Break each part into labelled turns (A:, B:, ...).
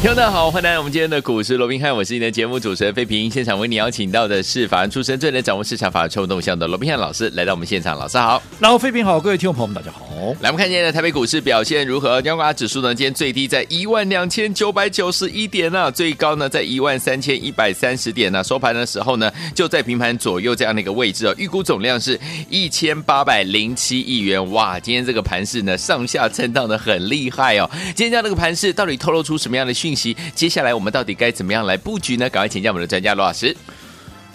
A: 听众大家好，欢迎来到我们今天的股市罗宾汉，我是你的节目主持人费平。现场为你邀请到的是法案出身、最能掌握市场法律冲动向的罗宾汉老师，来到我们现场。老师好，
B: 然后，飞平好，各位听众朋友们，大家好。
A: 来我们看今天的台北股市表现如何？央股指数呢，今天最低在一万两千九百九十一点呢、最高呢在一万三千一百三十点呢、收盘的时候呢，就在平盘左右这样的一个位置哦。预估总量是一千八百零七亿元，哇，今天这个盘势呢上下震荡的很厉害哦。今天这样的一个盘势到底透露出什么样的讯息？接下来我们到底该怎么样来布局呢？赶快请教我们的专家罗老师。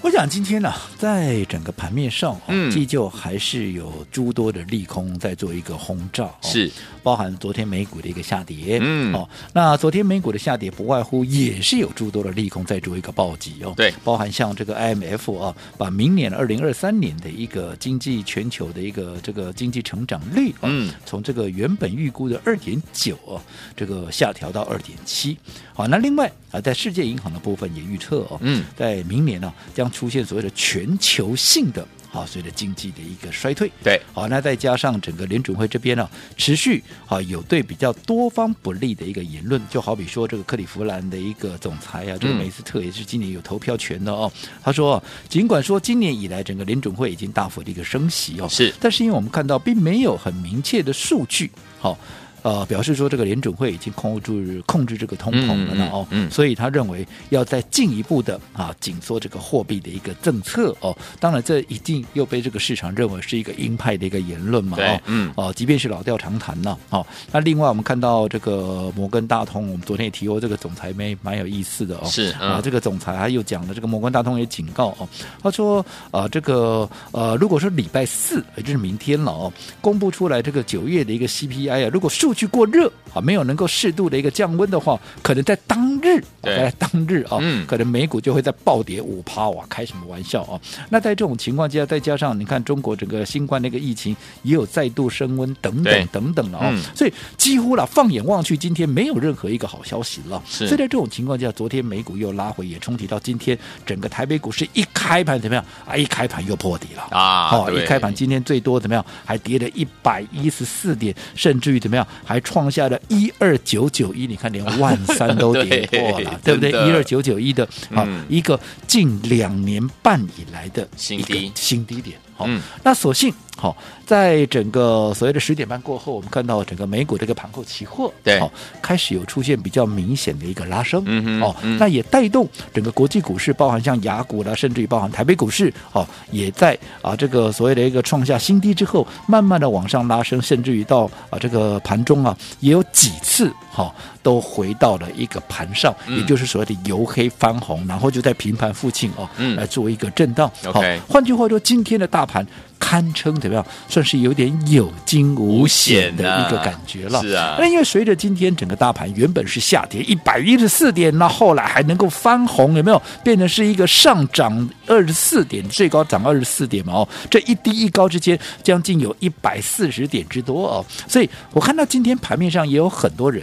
B: 我想今天呢、在整个盘面上、哦，
A: 嗯
B: 依旧还是有诸多的利空在做一个轰炸、哦，
A: 是
B: 包含昨天美股的一个下跌，
A: 嗯
B: 哦，那昨天美股的下跌不外乎也是有诸多的利空在做一个暴击哦，
A: 对
B: 包含像这个 IMF 啊，把明年二零二三年的一个经济全球的一个这个经济成长率、哦，
A: 嗯
B: 从这个原本预估的二点九哦，这个下调到二点七，好，那另外啊，在世界银行的部分也预测哦，
A: 嗯
B: 在明年呢、将出现所谓的全球性的。好，随着经济的一个衰退，
A: 对
B: 好，那再加上整个联准会这边呢、持续啊有对比较多方不利的一个言论，就好比说这个克利夫兰的一个总裁啊，这个
A: 嗯
B: 梅斯特也是今年有投票权的哦。他说，尽管说今年以来整个联准会已经大幅的一个升息哦，
A: 是
B: 但是因为我们看到并没有很明确的数据，好、呃，表示说这个联准会已经控制控制这个通膨了呢哦，
A: 嗯嗯嗯
B: 所以他认为要再进一步的啊紧缩这个货币的一个政策哦。当然，这一定又被这个市场认为是一个鹰派的一个言论嘛
A: 对
B: 哦，
A: 嗯
B: 哦，即便是老调常谈了哦。那另外我们看到这个摩根大通，我们昨天也提过这个总裁没蛮有意思的哦，
A: 是嗯
B: 啊，这个总裁他又讲了，这个摩根大通也警告哦，他说啊、呃这个呃，如果说礼拜四，也就是明天了哦，公布出来这个九月的一个 CPI 啊，如果数据过热啊，没有能够适度的一个降温的话，可能在当日，啊
A: 对
B: 在当日啊，
A: 嗯
B: 可能美股就会在暴跌五趴哇，开什么玩笑啊！那在这种情况之下，再加上你看中国整个新冠那个疫情也有再度升温等
A: 对
B: 等等等了哦，
A: 嗯
B: 所以几乎了，放眼望去，今天没有任何一个好消息了。
A: 是
B: 所以在这种情况下，昨天美股又拉回，也冲击到今天整个台北股市一开盘怎么样啊？一开盘又破底了。
A: 啊
B: 哦，
A: 对
B: 一开盘今天最多怎么样？还跌了一百一十四点，甚至于怎么样？还创下了一二九九一，你看 连万三都跌
A: 对
B: 破 了，对不对？
A: 真
B: 一
A: 的
B: 二九九一的啊、
A: 嗯
B: 一个近两年半以来的
A: 新
B: 一个
A: 低
B: 新低点。好、
A: 嗯
B: 那所幸好、在整个所谓的十点半过后，我们看到整个美股这个盘后期货
A: 对
B: 好、开始有出现比较明显的一个拉升，
A: 嗯哼
B: 哦，
A: 嗯
B: 那也带动整个国际股市，包含像雅股啦，甚至于包含台北股市，哦，也在啊这个所谓的一个创下新低之后，慢慢的往上拉升，甚至于到啊这个盘中啊，也有几次哈、哦都回到了一个盘上，
A: 嗯
B: 也就是所谓的由黑翻红，然后就在平盘附近哦，
A: 嗯
B: 来做一个震荡。
A: OK
B: 换句话说，今天的大盘堪称怎么样，算是有点有惊无险的一个感觉了。
A: 是啊
B: 那，因为随着今天整个大盘原本是下跌一百一十四点，那后来还能够翻红，有没有变成是一个上涨二十四点，最高涨二十四点嘛？哦，这一低一高之间将近有一百四十点之多哦。所以我看到今天盘面上也有很多人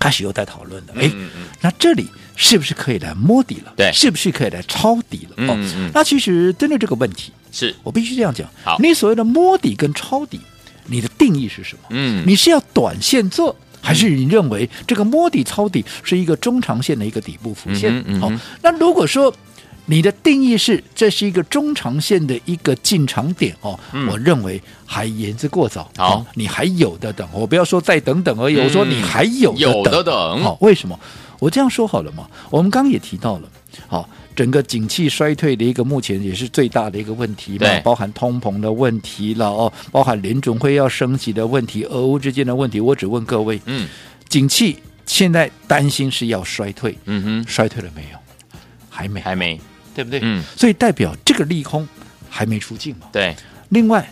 B: 开始又在讨论了，哎、
A: 嗯嗯
B: 那这里是不是可以来摸底了？
A: 对
B: 是不是可以来抄底了？哦
A: 嗯嗯
B: 那其实针对这个问题，
A: 是
B: 我必须这样讲
A: 好。
B: 你所谓的摸底跟抄底，你的定义是什么？
A: 嗯
B: 你是要短线做，还是你认为这个摸底抄底是一个中长线的一个底部浮现？好、
A: 嗯哼嗯哼
B: 那如果说你的定义是这是一个中长线的一个进场点哦，我认为还言之过早。
A: 嗯好嗯
B: 哦你还有的等，我不要说再等等而已，我说你还有的
A: 有
B: 等。哦
A: 的等
B: 好、为什么？我这样说好了嘛？我们刚刚也提到了，好、整个景气衰退的一个目前也是最大的一个问题嘛
A: 对，
B: 包含通膨的问题了哦，包含联准会要升级的问题，俄乌之间的问题。我只问各位，
A: 嗯
B: 景气现在担心是要衰退，
A: 嗯哼，
B: 衰退了没有？还没，
A: 还没
B: 对不对？
A: 嗯
B: 所以代表这个利空还没出尽嘛。
A: 对
B: 另外，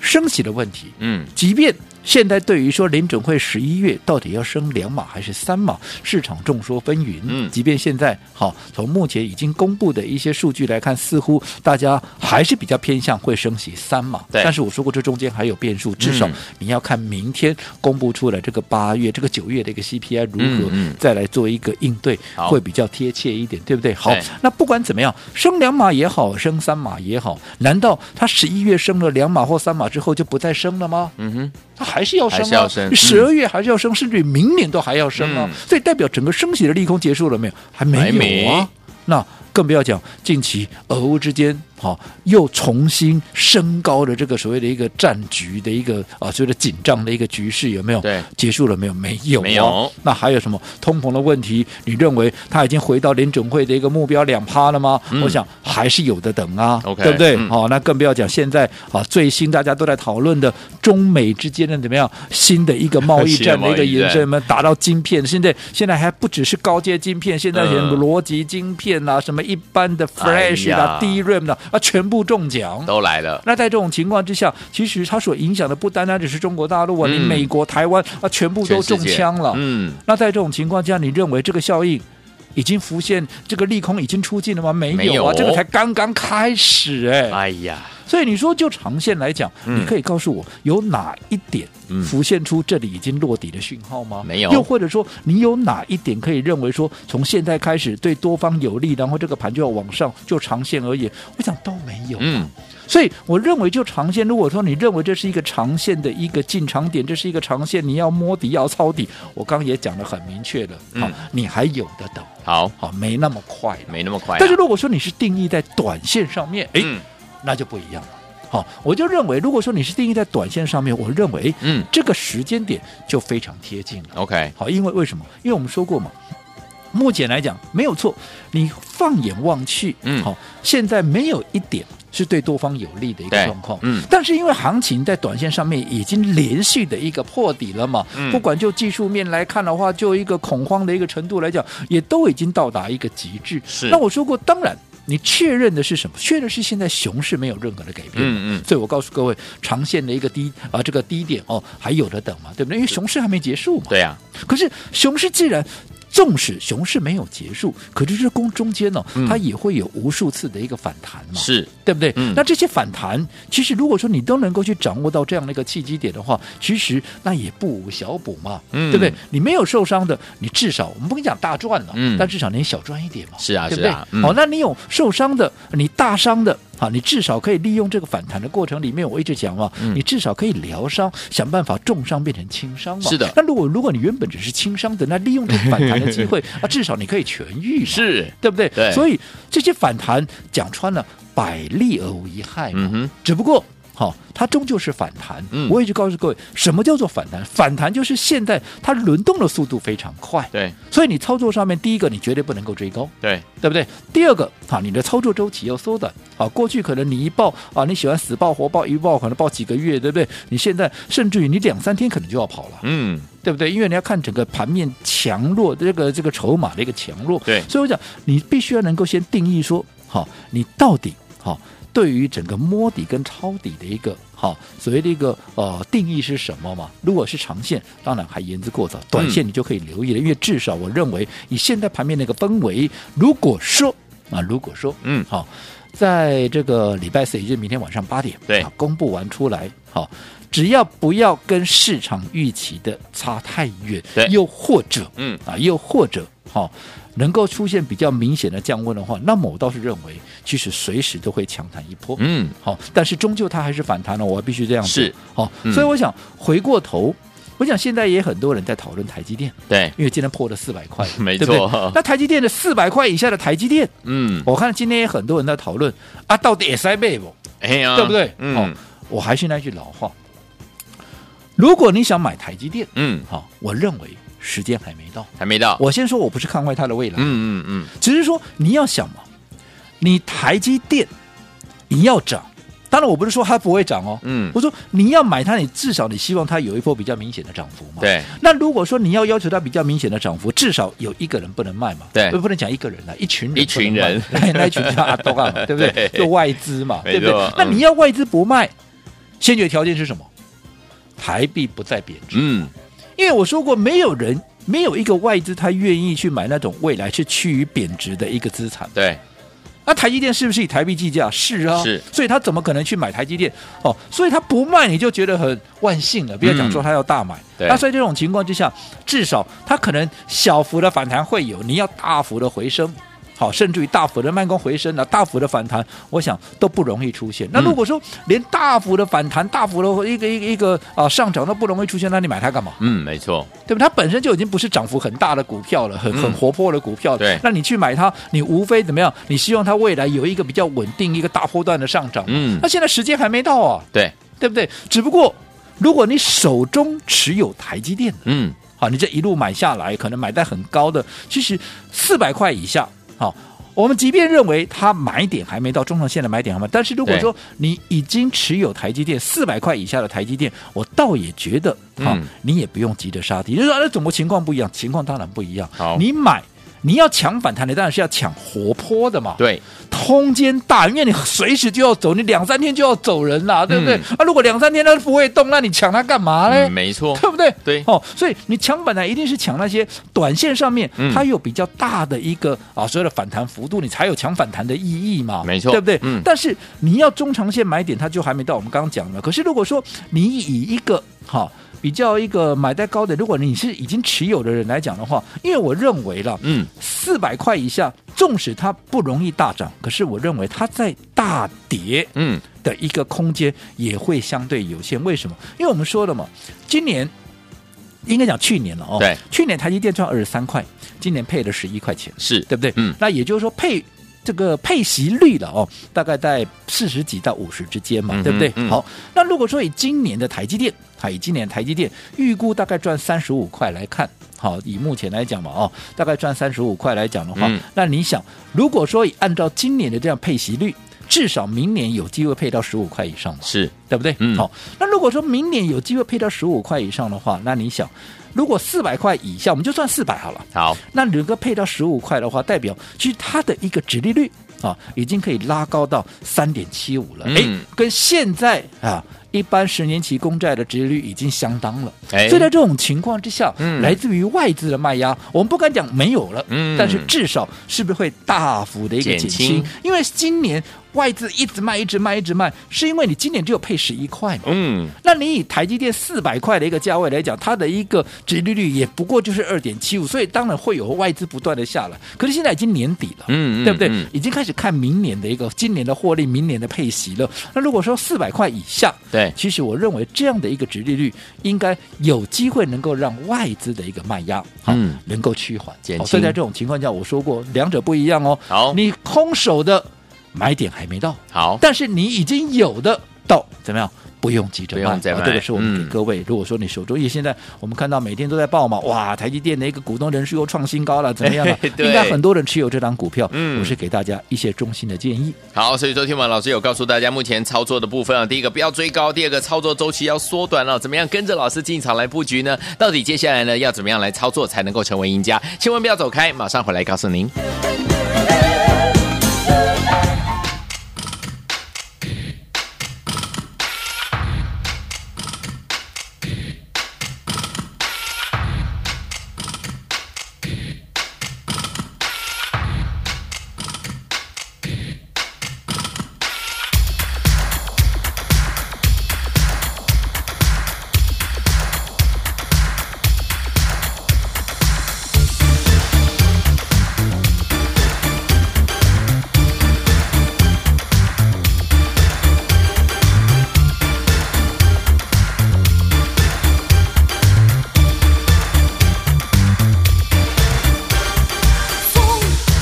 B: 升息的问题，
A: 嗯
B: 即便现在对于说联准会十一月到底要升两码还是三码，市场众说纷纭。
A: 嗯
B: 即便现在好，从目前已经公布的一些数据来看，似乎大家还是比较偏向会升息三码。
A: 对
B: 但是我说过，这中间还有变数，至少
A: 嗯
B: 你要看明天公布出来这个八月、这个九月的一个 CPI 如
A: 嗯
B: 何
A: 嗯
B: 再来做一个应对，
A: 好
B: 会比较贴切一点，对不对？好
A: 对，
B: 那不管怎么样，升两码也好，升三码也好，难道它十一月升了两码或三码之后就不再升了吗？
A: 嗯哼，
B: 它还是要升
A: 还是要
B: 啊
A: 升，
B: 十二月还是要升，甚至于明年都还要升啊
A: 嗯，
B: 所以代表整个升息的利空结束了没有？
A: 还
B: 还没有
A: 没
B: 啊。那更不要讲近期俄乌之间，好、又重新升高的这个所谓的一个战局的一个啊，所谓的紧张的一个局势有没有？
A: 对，
B: 结束了没有？没有、啊
A: 没有。
B: 那还有什么通膨的问题？你认为它已经回到联准会的一个目标两趴了吗？
A: 嗯
B: 我想还是有的等啊
A: OK，
B: 对不对？
A: 嗯
B: 哦，那更不要讲现在啊，最新大家都在讨论的中美之间的怎么样新的一个贸易
A: 新的
B: 战
A: 贸
B: 的
A: 易
B: 一个延
A: 战
B: 伸，我们打到晶片，现在现在还不只是高阶晶片，现在什么
A: 嗯
B: 逻辑晶片啦、什么一般的
A: 哎呀
B: Flash 啦、DRAM 啦，啊，全部中奖。
A: 都来了，
B: 那在这种情况之下，其实它所影响的不单单只是中国大陆啊，
A: 嗯
B: 你美国、台湾啊，全部都
A: 全世
B: 中
A: 界
B: 枪了。
A: 嗯，
B: 那在这种情况下，你认为这个效应已经浮现，这个利空已经出尽了吗？没有
A: 没有
B: 啊，这个才刚刚开始哎、
A: 哎呀，
B: 所以你说就长线来讲，
A: 嗯
B: 你可以告诉我有哪一点
A: 嗯
B: 浮现出这里已经落底的讯号吗？
A: 没有
B: 又或者说你有哪一点可以认为说从现在开始对多方有利，然后这个盘就要往上，就长线而言，我想都没有。
A: 嗯，
B: 所以我认为，就长线，如果说你认为这是一个长线的一个进场点，这是一个长线，你要摸底要抄底，我刚刚也讲得很明确了，
A: 嗯
B: 好，你还有的等，
A: 好，
B: 好，没那么快了。
A: 没那么快啊，
B: 但是哎如果说你是定义在短线上面，诶，
A: 嗯
B: 那就不一样了。好，我就认为，如果说你是定义在短线上面，我认为
A: 嗯
B: 这个时间点就非常贴近了。
A: ，OK，
B: 好，因为为什么？因为我们说过嘛，目前来讲没有错，你放眼望去，
A: 嗯
B: 好，现在没有一点是对多方有利的一个
A: 对
B: 状况，
A: 嗯
B: 但是因为行情在短线上面已经连续的一个破底了嘛，
A: 嗯
B: 不管就技术面来看的话，就一个恐慌的一个程度来讲，也都已经到达一个极致。
A: 是
B: 那我说过，当然。你确认的是什么？确认是现在熊市没有任何的改变，
A: 嗯嗯
B: 所以我告诉各位，长线的一个低啊、这个低点哦，还有的等嘛，对不对？因为熊市还没结束嘛，
A: 对啊呀，
B: 可是熊市既然纵使熊市没有结束，可是这公中间呢、
A: 嗯
B: 它也会有无数次的一个反弹嘛，
A: 是，
B: 对不对？
A: 嗯
B: 那这些反弹，其实如果说你都能够去掌握到这样的一个契机点的话，其实那也不无小补嘛，
A: 嗯
B: 对不对？你没有受伤的，你至少我们不跟你讲大赚了，
A: 嗯
B: 但至少你也小赚一点嘛，
A: 是啊
B: 对不对？
A: 是啊嗯
B: 好，那你有受伤的，你大伤的。啊，你至少可以利用这个反弹的过程里面，我一直讲嘛，
A: 嗯
B: 你至少可以疗伤，想办法重伤变成轻伤嘛。
A: 是的
B: 那如果如果你原本只是轻伤的，那利用这个反弹的机 会啊，至少你可以痊愈嘛。
A: 是，
B: 对不对？
A: 对
B: 所以这些反弹讲穿了，百利而无一害嘛。
A: 嗯哼，
B: 只不过。好、它终究是反弹。
A: 嗯
B: 我一直告诉各位，什么叫做反弹？反弹就是现在它轮动的速度非常快，
A: 对
B: 所以你操作上面，第一个你绝对不能够追高，
A: 对，
B: 对不对？第二个啊，你的操作周期要缩短啊。过去可能你一报啊，你喜欢死报活报，一报可能报几个月，对不对？你现在甚至于你两三天可能就要跑了。
A: 嗯，
B: 对不对？因为你要看整个盘面强弱，这个这个筹码的一个强弱。
A: 对
B: 所以我讲，你必须要能够先定义说，好、你到底好、对于整个摸底跟抄底的一个好、所谓的一个呃定义是什么嘛？如果是长线，当然还言之过早；短线你就可以留意了，因为至少我认为，以现在盘面那个氛围，如果说啊，如果说
A: 嗯
B: 好、在这个礼拜四，也就是明天晚上八点，
A: 对
B: 啊，公布完出来，好、只要不要跟市场预期的差太远，
A: 对
B: 又或者，
A: 嗯
B: 啊，又或者，好、能够出现比较明显的降温的话，那么我倒是认为，其实随时都会强弹一波，
A: 嗯，
B: 好、但是终究它还是反弹了，我必须这样子
A: 是，
B: 好、
A: 嗯
B: 所以我想回过头，我想现在也很多人在讨论台积电，
A: 对，
B: 因为今天破了四百块，
A: 没
B: 对不对
A: 错
B: 那台积电的四百块以下的台积电，
A: 嗯，
B: 我看今天也很多人在讨论啊，到底 S I 背不？
A: 哎呀，
B: 对不对？
A: 嗯
B: 哦，我还是那句老话，如果你想买台积电，
A: 嗯，
B: 好、我认为时间还没到。
A: 还没到，
B: 我先说，我不是看坏它的未来，
A: 嗯嗯嗯，
B: 只是说你要想嘛，你台积电你要涨，当然我不是说它不会涨哦，
A: 嗯
B: 我说你要买它，你至少你希望它有一波比较明显的涨幅嘛，。
A: 对，
B: 那如果说你要要求它比较明显的涨幅，至少有一个人不能卖嘛，
A: 对
B: 不不能讲一个人啦，一群人不
A: 一
B: 能卖，
A: 群人
B: 那那一群叫阿东啊， 对不对？
A: 对
B: 就外资嘛，
A: 没错
B: 对不对
A: 嗯？
B: 那你要外资不卖，先决条件是什么？台币不再贬值。
A: 嗯，
B: 因为我说过，没有人没有一个外资他愿意去买那种未来是趋于贬值的一个资产。
A: 对，
B: 那啊台积电是不是以台币计价？是啊，
A: 是
B: 所以他怎么可能去买台积电？哦，所以他不卖你就觉得很万幸了，不要讲说他要大买。
A: 对
B: 那所以这种情况之下，至少他可能小幅的反弹会有，你要大幅的回升。好，甚至于大幅的慢工回升啊，大幅的反弹，我想都不容易出现。那
A: 嗯
B: 如果说连大幅的反弹、大幅的一个一个一个啊、上涨都不容易出现，那你买它干嘛？
A: 嗯，没错，
B: 对不对？它本身就已经不是涨幅很大的股票了，很很
A: 嗯
B: 活泼的股票了。
A: 对
B: 那你去买它，你无非怎么样？你希望它未来有一个比较稳定、一个大波段的上涨。
A: 嗯
B: 那现在时间还没到啊，
A: 对，
B: 对不对？只不过如果你手中持有台积电，
A: 嗯，
B: 好，你这一路买下来，可能买在很高的，其实四百块以下，好。我们即便认为它买点还没到中长线的买点好吗？但是如果
A: 对
B: 说你已经持有台积电四百块以下的台积电，我倒也觉得啊、
A: 嗯
B: 你也不用急着杀低。就是说，那哎怎么情况不一样？情况当然不一样
A: 好。
B: 你买你要抢反弹，你当然是要抢活泼的嘛。
A: 对，
B: 空间大，因为你随时就要走，你两三天就要走人啦，对不对？啊，如果两三天它都不会动，那你抢它干嘛呢？
A: 嗯没错，
B: 对不对？
A: 对
B: 哦，所以你抢反弹一定是抢那些短线上面、
A: 嗯
B: 它有比较大的一个啊所谓的反弹幅度，你才有抢反弹的意义嘛，
A: 没错
B: 对不对？
A: 嗯
B: 但是你要中长线买点，它就还没到我们刚刚讲的。可是如果说你以一个哈、比较一个买在高点，如果你是已经持有的人来讲的话，因为我认为了，
A: 嗯，
B: 四百块以下，纵使它不容易大涨，可是我认为它在大跌，
A: 嗯，
B: 的一个空间也会相对有限。为什么？因为我们说了嘛，今年应该讲去年了哦，
A: 对，
B: 去年台积电赚二十三块，今年配了十一块钱，
A: 是，
B: 对不对？
A: 嗯
B: 那也就是说配。这个配息率了哦，大概在四十几到五十之间嘛，
A: 嗯哼
B: 对不对？
A: 嗯
B: 好，那如果说以今年的台积电，啊，以今年台积电预估大概赚三十五块来看，好，以目前来讲嘛，哦，大概赚三十五块来讲的话，
A: 嗯
B: 那你想，如果说以按照今年的这样配息率，至少明年有机会配到十五块以上嘛，
A: 是，
B: 对不对？
A: 嗯
B: 好，那如果说明年有机会配到十五块以上的话，那你想，如果四百块以下，我们就算四百好了。
A: 好，
B: 那能够配到十五块的话，代表其实它的一个殖利率啊，已经可以拉高到三点七五了。
A: 嗯
B: 哎、跟现在啊。一般十年期公债的殖利率已经相当了，
A: 哎
B: 所以在这种情况之下，
A: 嗯
B: 来自于外资的卖压，我们不敢讲没有了，
A: 嗯
B: 但是至少是不是会大幅的一个
A: 减
B: 减
A: 轻
B: 轻？因为今年外资一直卖，一直卖，一直卖，是因为你今年只有配十一块嘛，
A: 嗯，
B: 那你以台积电四百块的一个价位来讲，它的一个殖利率也不过就是二点七五，所以当然会有外资不断的下来。可是现在已经年底了，
A: 嗯嗯
B: 对不对
A: 嗯？
B: 已经开始看明年的一个今年的获利，明年的配息了。那如果说四百块以下，
A: 对，
B: 其实我认为这样的一个殖利率应该有机会能够让外资的一个卖压，好
A: 嗯
B: 能够趋缓。
A: 减
B: 好
A: 轻
B: 所以在这种情况下，我说过两者不一样哦。
A: 好
B: 你空手的买点还没到，
A: 好，
B: 但是你已经有的到怎么样？不用急着
A: 不
B: 卖，
A: 用再
B: 啊
A: 卖
B: 这个是我们
A: 嗯
B: 给各位。如果说你手中，因为现在我们看到每天都在报嘛，哇，台积电的一个股东人数又创新高了，怎么样啊？
A: 嘿嘿 对
B: 应该很多人持有这档股票。
A: 嗯
B: 我是给大家一些中心的建议。
A: 好，所以昨天我们老师有告诉大家，目前操作的部分啊，第一个不要追高，第二个操作周期要缩短了、怎么样跟着老师进场来布局呢？到底接下来呢要怎么样来操作才能够成为赢家？千万不要走开，马上回来告诉您。
C: 风，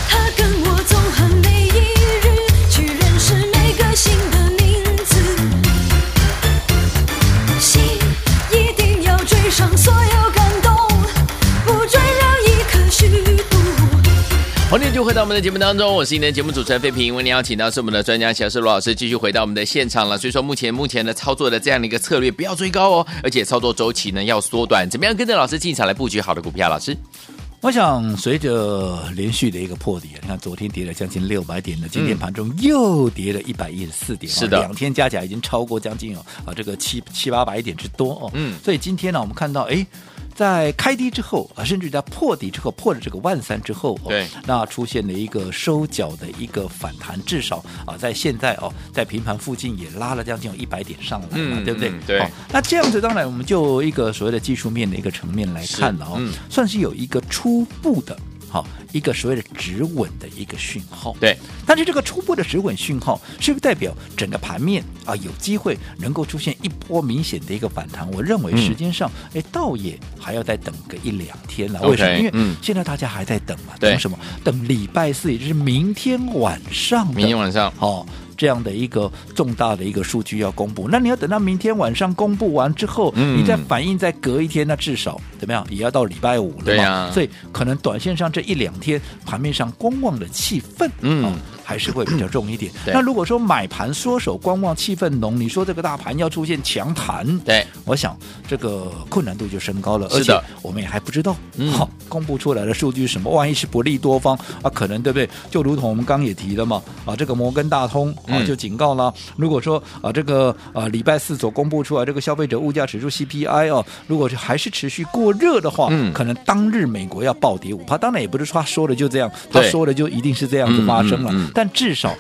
C: 它跟我纵横每一日，去认识每个新的名字。心一定要追上所有感动，不追留一颗虚度。
A: 欢迎就回到我们的节目当中，我是今天的节目主持人费平。为您邀请到是我们的专家小师罗老师，继续回到我们的现场了。所以说，目前目前的操作的这样的一个策略，不要追高哦，而且操作周期呢要缩短。怎么样跟着老师进场来布局好的股票？老师，
B: 我想随着连续的一个破底，啊你看昨天跌了将近六百点的，今天盘中又跌了一百一十四点，啊
A: 是的
B: 两天加起来已经超过将近哦啊这个七七八百点之多哦，
A: 嗯
B: 所以今天呢，我们看到哎。在开低之后啊，甚至在破底之后，破了这个万三之后，哦
A: 对
B: 那出现了一个收脚的一个反弹，至少啊，在现在哦，在平盘附近也拉了将近有一百点上来嘛，
A: 嗯
B: 对哦不对？
A: 嗯对
B: 好那这样子，当然我们就一个所谓的技术面的一个层面来看了哦，
A: 是嗯
B: 算是有一个初步的。好，一个所谓的止稳的一个讯号，
A: 对。
B: 但是这个初步的止稳讯号，是不是代表整个盘面啊有机会能够出现一波明显的一个反弹？我认为
A: 嗯
B: 时间上，哎、倒也还要再等个一两天了。
A: OK，
B: 为什么？因为
A: 嗯
B: 现在大家还在等嘛，
A: 对
B: 等什么？等礼拜四，也就是明天晚上的
A: 明天晚上
B: 哦。这样的一个重大的一个数据要公布，那你要等到明天晚上公布完之后，
A: 嗯
B: 你再反映，再隔一天，那至少怎么样也要到礼拜五了嘛。
A: 对呀
B: 所以可能短线上这一两天盘面上观望的气氛，
A: 嗯
B: 哦还是会比较重一点。
A: 对
B: 那如果说买盘缩手、观望气氛浓，你说这个大盘要出现强弹，
A: 对，
B: 我想这个困难度就升高了，而
A: 是的
B: 且我们也还不知道，
A: 嗯
B: 好、公布出来的数据是什么？万一是不利多方啊，可能对不对？就如同我们刚刚也提了嘛，啊，这个摩根大通啊
A: 嗯
B: 就警告了，如果说啊这个啊礼拜四所公布出来这个消费者物价指数 CPI 哦，如果是还是持续过热的话，
A: 嗯
B: 可能当日美国要暴跌五趴。当然也不是说他说的就这样，他
A: 对
B: 说的就一定是这样子发生了，
A: 嗯嗯嗯
B: 但至少。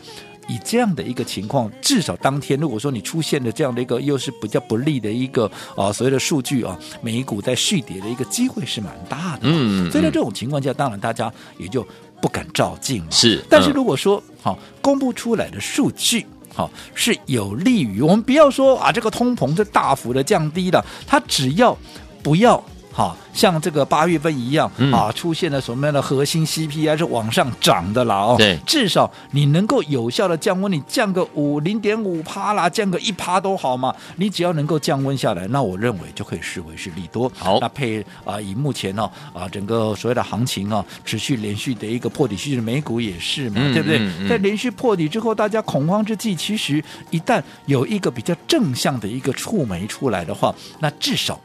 B: 以这样的一个情况，至少当天如果说你出现了这样的一个又是比较不利的一个啊所谓的数据啊，美股在续跌的一个机会是蛮大的嘛。
A: 嗯嗯
B: 所以在这种情况下，当然大家也就不敢照进了。
A: 是
B: 但是
A: 嗯
B: 如果说好、公布出来的数据。好、是有利于我们不要说啊，这个通膨是大幅的降低了，它只要不要。好像这个八月份一样、
A: 嗯
B: 啊，出现了什么样的核心 CPI 是往上涨的啦哦，
A: 对
B: 至少你能够有效的降温，你降个五零点五趴啦，降个一趴都好嘛，你只要能够降温下来，那我认为就可以视为是利多。
A: 好
B: 那配啊、以目前呢啊、整个所谓的行情啊，持续连续的一个破底趋势，美股也是嘛，
A: 嗯
B: 对不对？
A: 嗯嗯
B: 在连续破底之后，大家恐慌之际，其实一旦有一个比较正向的一个触媒出来的话，那至少。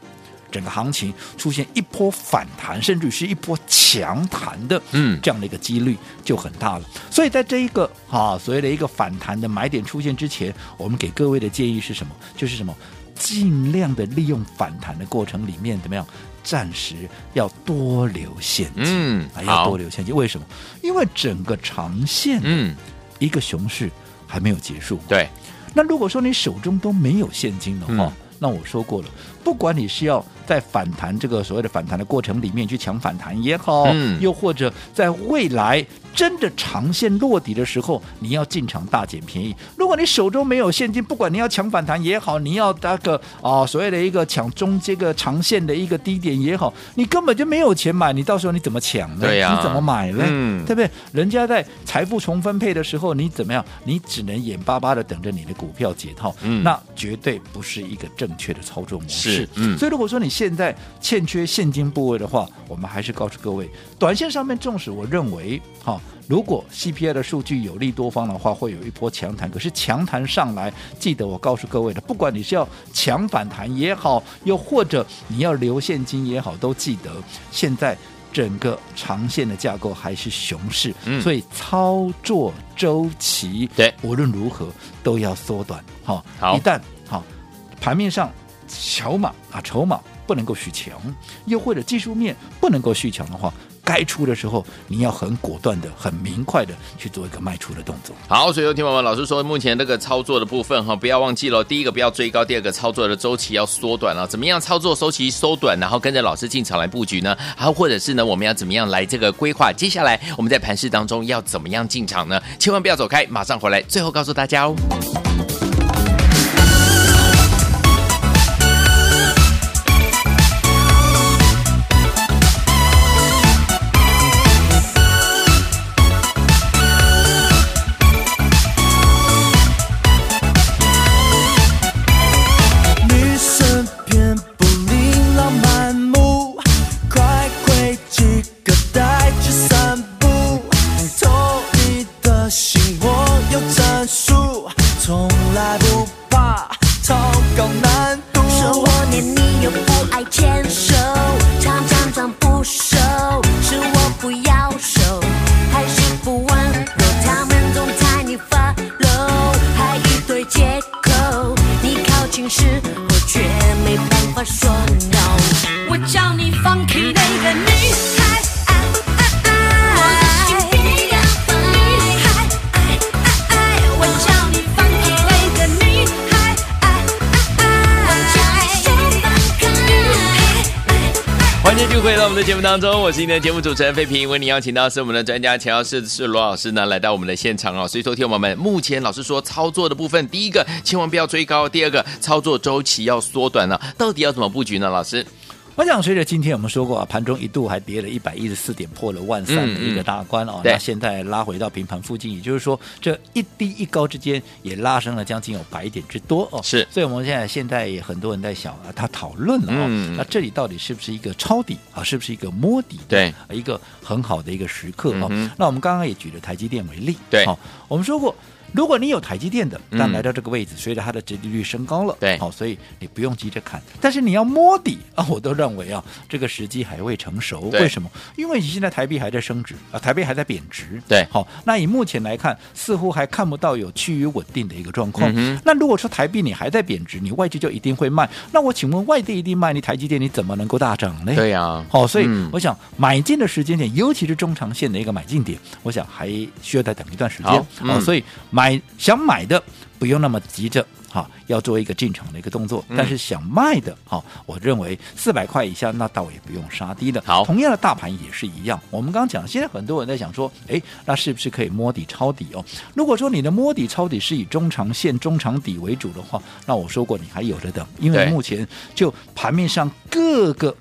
B: 整个行情出现一波反弹，甚至是一波强弹的，
A: 嗯
B: 这样的一个几率就很大了。所以在这一个啊所谓的一个反弹的买点出现之前，我们给各位的建议是什么？就是什么，尽量的利用反弹的过程里面怎么样，暂时要多留现金，
A: 嗯
B: 啊，要
A: 好
B: 多留现金。为什么？因为整个长线
A: 嗯，
B: 一个熊市还没有结束嘛。
A: 对，
B: 那如果说你手中都没有现金的话，
A: 嗯
B: 那我说过了，不管你是要在反弹这个所谓的反弹的过程里面去抢反弹也好，
A: 嗯
B: 又或者在未来真的长线落底的时候，你要进场大捡便宜。如果你手中没有现金，不管你要抢反弹也好，你要那个啊、所谓的一个抢中这个长线的一个低点也好，你根本就没有钱买，你到时候你怎么抢呢？
A: 对呀
B: 你怎么买呢？
A: 嗯
B: 对不对？人家在财富重分配的时候，你怎么样？你只能眼巴巴的等着你的股票解套，
A: 嗯
B: 那绝对不是一个正确的操作模式。
A: 是嗯
B: 所以如果说你现在欠缺现金部位的话，我们还是告诉各位，短线上面纵使我认为，哈、如果 CPI 的数据有利多方的话，会有一波强弹。可是强弹上来，记得我告诉各位的，不管你是要强反弹也好，又或者你要留现金也好，都记得现在整个长线的架构还是熊市，
A: 嗯
B: 所以操作周期
A: 对
B: 无论如何都要缩短。好、
A: 好
B: 一旦好、盘面上筹码啊筹码不能够续强，又或者技术面不能够续强的话。该出的时候，你要很果断的、很明快的去做一个卖出的动作。
A: 好，所以有听友们，老师说，目前这个操作的部分哈，不要忘记了，第一个不要追高，第二个操作的周期要缩短啊了。怎么样操作周期缩短，然后跟着老师进场来布局呢？还有或者是呢，我们要怎么样来这个规划？接下来我们在盘市当中要怎么样进场呢？千万不要走开，马上回来，最后告诉大家哦。
D: 女生偏不琳琅满目，快快几个带去散步。偷你的心，我有战术，从
A: 续回到我们的节目当中，我是今天的节目主持人费平，为您邀请到是我们的专家钱老师，是罗老师呢来到我们的现场哦。所以，说，听我们，目前老师说操作的部分，第一个千万不要追高，第二个操作周期要缩短了、到底要怎么布局呢？老师，
B: 我想随着今天我们说过啊，盘中一度还跌了一百一十四点，破了万三
A: 嗯
B: 的一个大关哦。
A: 对
B: 那现在拉回到平盘附近，也就是说这一低一高之间也拉升了将近有百点之多哦。
A: 是
B: 所以我们现在现在也很多人在想啊，他讨论了哦，
A: 嗯
B: 那这里到底是不是一个抄底啊，是不是一个摸底的啊
A: 对
B: 一个很好的一个时刻哦？
A: 嗯哼
B: 那我们刚刚也举了台积电为例，
A: 对
B: 哦，我们说过。如果你有台积电的，但
A: 嗯
B: 来到这个位置，随着它的殖利率升高了，哦
A: 对
B: 好、所以你不用急着砍，但是你要摸底啊，我都认为啊，这个时机还未成熟。
A: 对
B: 为什么？因为你现在台币还在升值啊，台币还在贬值。
A: 对
B: 好、那以目前来看，似乎还看不到有趋于稳定的一个状况。
A: 嗯
B: 那如果说台币你还在贬值，你外资就一定会卖。那我请问，外地一定卖，你台积电你怎么能够大涨呢？
A: 对呀
B: 好、所以
A: 嗯
B: 我想买进的时间点，尤其是中长线的一个买进点，我想还需要再等一段时间。
A: 好
B: 好、
A: 嗯
B: 所以买想买的不用那么急着。好，要做一个进场的一个动作，但是想卖
A: 嗯
B: 的，好，我认为四百块以下那倒也不用杀低的。
A: 好
B: 同样的大盘也是一样。我们刚刚讲，现在很多人在想说，诶，那是不是可以摸底抄底哦？如果说你的摸底抄底是以中长线、中长底为主的话，那我说过你还有的等，因为
A: 对
B: 目前就盘面上各个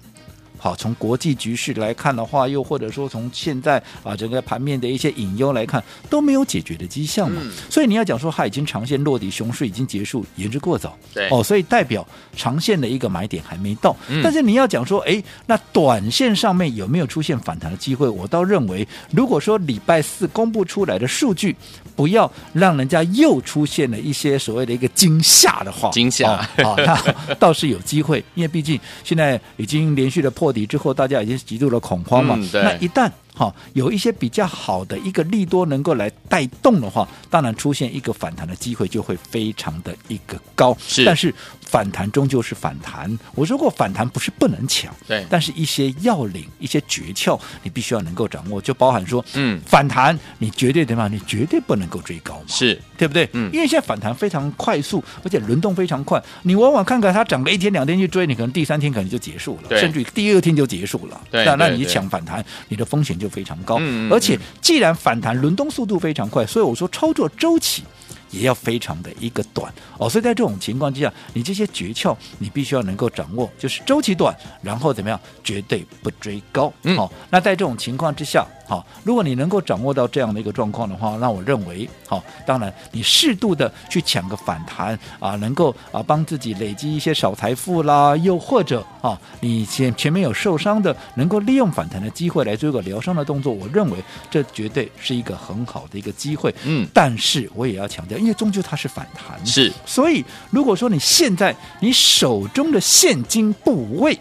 B: 好，从国际局势来看的话，又或者说从现在啊整个盘面的一些隐忧来看，都没有解决的迹象嘛。所以你要讲说它已经长线落底，熊市已经结束，言之过早。
A: 对
B: 哦，所以代表长线的一个买点还没到。但是你要讲说，哎，那短线上面有没有出现反弹的机会？我倒认为，如果说礼拜四公布出来的数据，不要让人家又出现了一些所谓的一个惊吓的话，
A: 惊吓
B: 哦好、那 倒是有机会，因为毕竟现在已经连续的破底之后，大家已经极度的恐慌嘛。
A: 嗯对
B: 那一旦好、有一些比较好的一个利多能够来带动的话，当然出现一个反弹的机会就会非常的一个高。
A: 是
B: 但是反弹终究是反弹。我说过，反弹不是不能抢，
A: 对
B: 但是一些要领、一些诀窍，你必须要能够掌握，就包含说，
A: 嗯
B: 反弹你绝对怎么样？你绝对不能够追高嘛。
A: 是
B: 对不对？
A: 嗯
B: 因为现在反弹非常快速，而且轮动非常快。你往往看看它涨个一天两天去追，你可能第三天可能就结束
A: 对
B: 了，甚至于第二天就结束了。
A: 对
B: 那
A: 对
B: 那你
A: 对
B: 抢反弹，你的风险就非常高。
A: 嗯嗯
B: 而且既然反弹轮动速度非常快，所以我说操作周期。也要非常的一个短哦，所以在这种情况之下，你这些诀窍你必须要能够掌握，就是周期短，然后怎么样，绝对不追高。
A: 嗯
B: 好、那在这种情况之下，好、如果你能够掌握到这样的一个状况的话，那我认为，好、当然你适度的去抢个反弹啊，能够啊帮自己累积一些少财富啦，又或者啊，你前前面有受伤的，能够利用反弹的机会来做一个疗伤的动作，我认为这绝对是一个很好的一个机会。
A: 嗯
B: 但是我也要强调，因为终究它是反弹，
A: 是
B: 所以，如果说你现在你手中的现金部位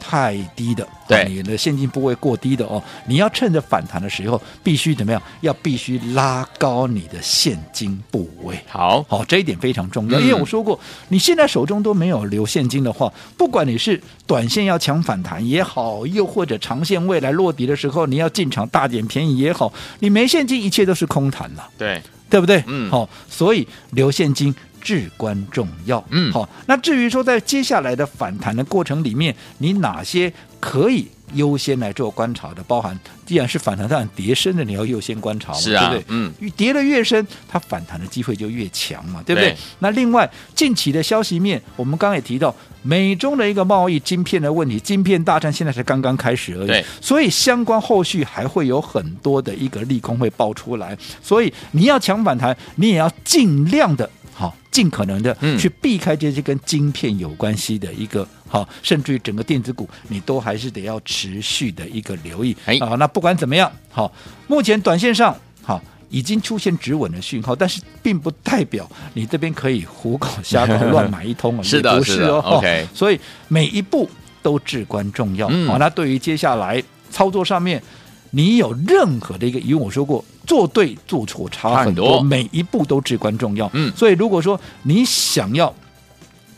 B: 太低的，
A: 对
B: 啊你的现金部位过低的哦，你要趁着反弹的时候，必须怎么样？要必须拉高你的现金部位。
A: 好，
B: 好、这一点非常重要，
A: 嗯
B: 因为我说过，你现在手中都没有留现金的话，不管你是短线要抢反弹也好，又或者长线未来落底的时候你要进场大捡便宜也好，你没现金，一切都是空谈了。
A: 对，
B: 对不对？
A: 嗯
B: 好、所以留现金至关重要。
A: 嗯
B: 好、那至于说在接下来的反弹的过程里面，你哪些可以优先来做观察的？包含既然是反弹，当然跌深的你要优先观察嘛，
A: 是啊
B: 对不对？
A: 嗯，
B: 跌得越深，它反弹的机会就越强嘛，对不对？
A: 对
B: 那另外近期的消息面，我们刚刚也提到，美中的一个贸易晶片的问题，晶片大战现在才刚刚开始而已，
A: 对
B: 所以相关后续还会有很多的一个利空会爆出来，所以你要抢反弹，你也要尽量的。好，尽可能的
A: 嗯
B: 去避开这些跟晶片有关系的一个好，甚至于整个电子股，你都还是得要持续的一个留意。
A: 哎
B: 啊，那不管怎么样，好，目前短线上好。已经出现止稳的讯号，但是并不代表你这边可以虎口瞎 搞乱买一通啊，
A: 是的
B: 也不
A: 是
B: 是
A: 的
B: 哦。
A: ，OK
B: 所以每一步都至关重要。好、啊
A: 嗯
B: 那对于接下来操作上面，你有任何的一个疑问，我说过，做对做错差
A: 差很
B: 很
A: 多
B: 每一步都至关重要。
A: 嗯
B: 所以如果说你想要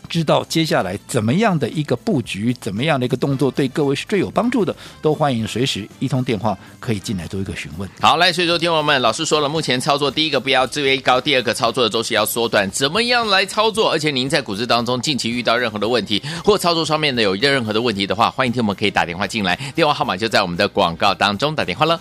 B: 知道接下来怎么样的一个布局，怎么样的一个动作对各位是最有帮助的，都欢迎随时一通电话可以进来做一个询问。
A: 好，来，所以说，听友们，老师说了，目前操作第一个不要追高，第二个操作的周期要缩短，怎么样来操作？而且您在股市当中近期遇到任何的问题，或操作上面呢有任何的问题的话，欢迎听友们可以打电话进来，电话号码就在我们的广告当中，打电话了。